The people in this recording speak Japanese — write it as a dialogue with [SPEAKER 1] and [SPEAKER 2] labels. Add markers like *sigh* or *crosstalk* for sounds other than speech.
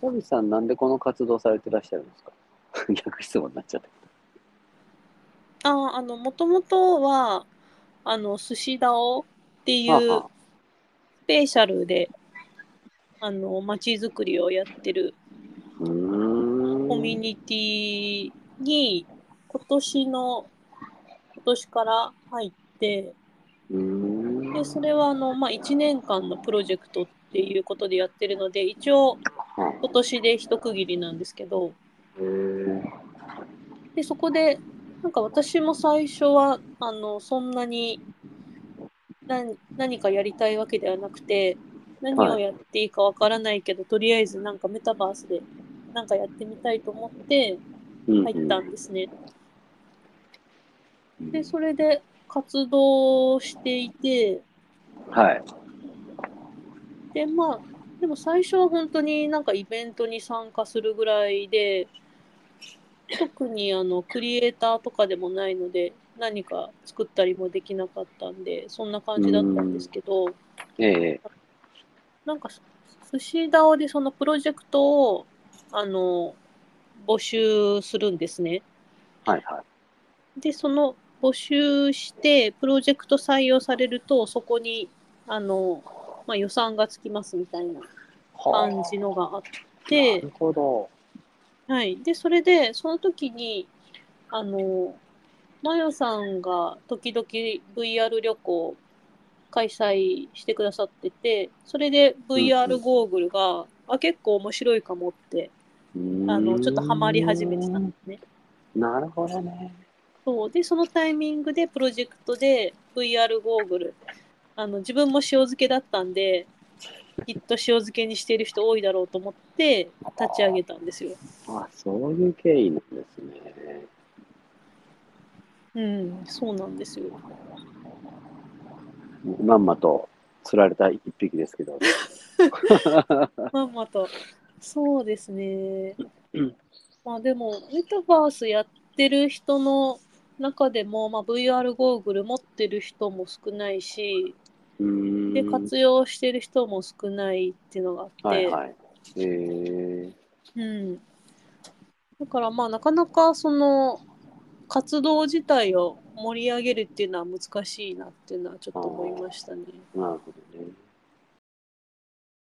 [SPEAKER 1] 小渕さん、なんでこの活動されてらっしゃるんですか *laughs* 逆質問になっちゃった。
[SPEAKER 2] ああのもともとはあの寿司だおってい
[SPEAKER 1] はあ
[SPEAKER 2] う
[SPEAKER 1] は
[SPEAKER 2] スペーシャルであの街づくりをやってる
[SPEAKER 1] あうーん。
[SPEAKER 2] コミュニティに今年の今年から入って
[SPEAKER 1] うーん
[SPEAKER 2] でそれはあの、まあ、1年間のプロジェクトっていうことでやってるので一
[SPEAKER 1] は
[SPEAKER 2] 応
[SPEAKER 1] あ
[SPEAKER 2] 今年で一区切りなんですけど
[SPEAKER 1] へー
[SPEAKER 2] でそこでなんか私も最初はあのそんなに何何かやりたいわけではなくて何をやっていいかわからないけど、とりあえずなんかメタバースでなんかやってみたいと思って
[SPEAKER 1] うん
[SPEAKER 2] 入ったんですね。
[SPEAKER 1] うん
[SPEAKER 2] でそれで活動していて
[SPEAKER 1] はい。
[SPEAKER 2] でまあでも最初は本当になんかイベントに参加するぐらいで特にあのクリエイターとかでもないので何か作ったりもできなかったんでそんな感じだったんですけど
[SPEAKER 1] ええ
[SPEAKER 2] なんか寿司ダオでそのプロジェクトをあの募集するんですね。
[SPEAKER 1] はいは。
[SPEAKER 2] でその募集してプロジェクト採用されるとそこにあの、まあ、予算がつきますみたいない感じのがあっ
[SPEAKER 1] で。な
[SPEAKER 2] て
[SPEAKER 1] る、ほど。
[SPEAKER 2] はい、でそれでその時にあのマヨさんが時々 VR 旅行開催してくださっててそれで
[SPEAKER 1] うんう
[SPEAKER 2] VR
[SPEAKER 1] ん
[SPEAKER 2] ゴーグルが、あ結構面白いかもって
[SPEAKER 1] あ
[SPEAKER 2] あのちょっとハマり始めてたんですね。
[SPEAKER 1] なるほどね。
[SPEAKER 2] そうでそのタイミングでプロジェクトで VR ゴーグルあの自分も塩漬けだったんできっと塩漬けにしてる人多いだろうと思って立ち上げたんですよ。
[SPEAKER 1] あ、そういう経緯なんですね。
[SPEAKER 2] うん、そうなんですよ。
[SPEAKER 1] まんまと釣られた一匹ですけど。
[SPEAKER 2] まあまとそうですね
[SPEAKER 1] うん。
[SPEAKER 2] まあでもメタバースやってる人の中でも、まあ、VR ゴーグル持ってる人も少ないし
[SPEAKER 1] うーん
[SPEAKER 2] で活用してる人も少ないっていうのがあって。
[SPEAKER 1] はいはい。えー、
[SPEAKER 2] うん、だからまあなかなかその活動自体を盛り上げるっていうのは難しいなっていうのはちょっと思いましたね。
[SPEAKER 1] なるほどね。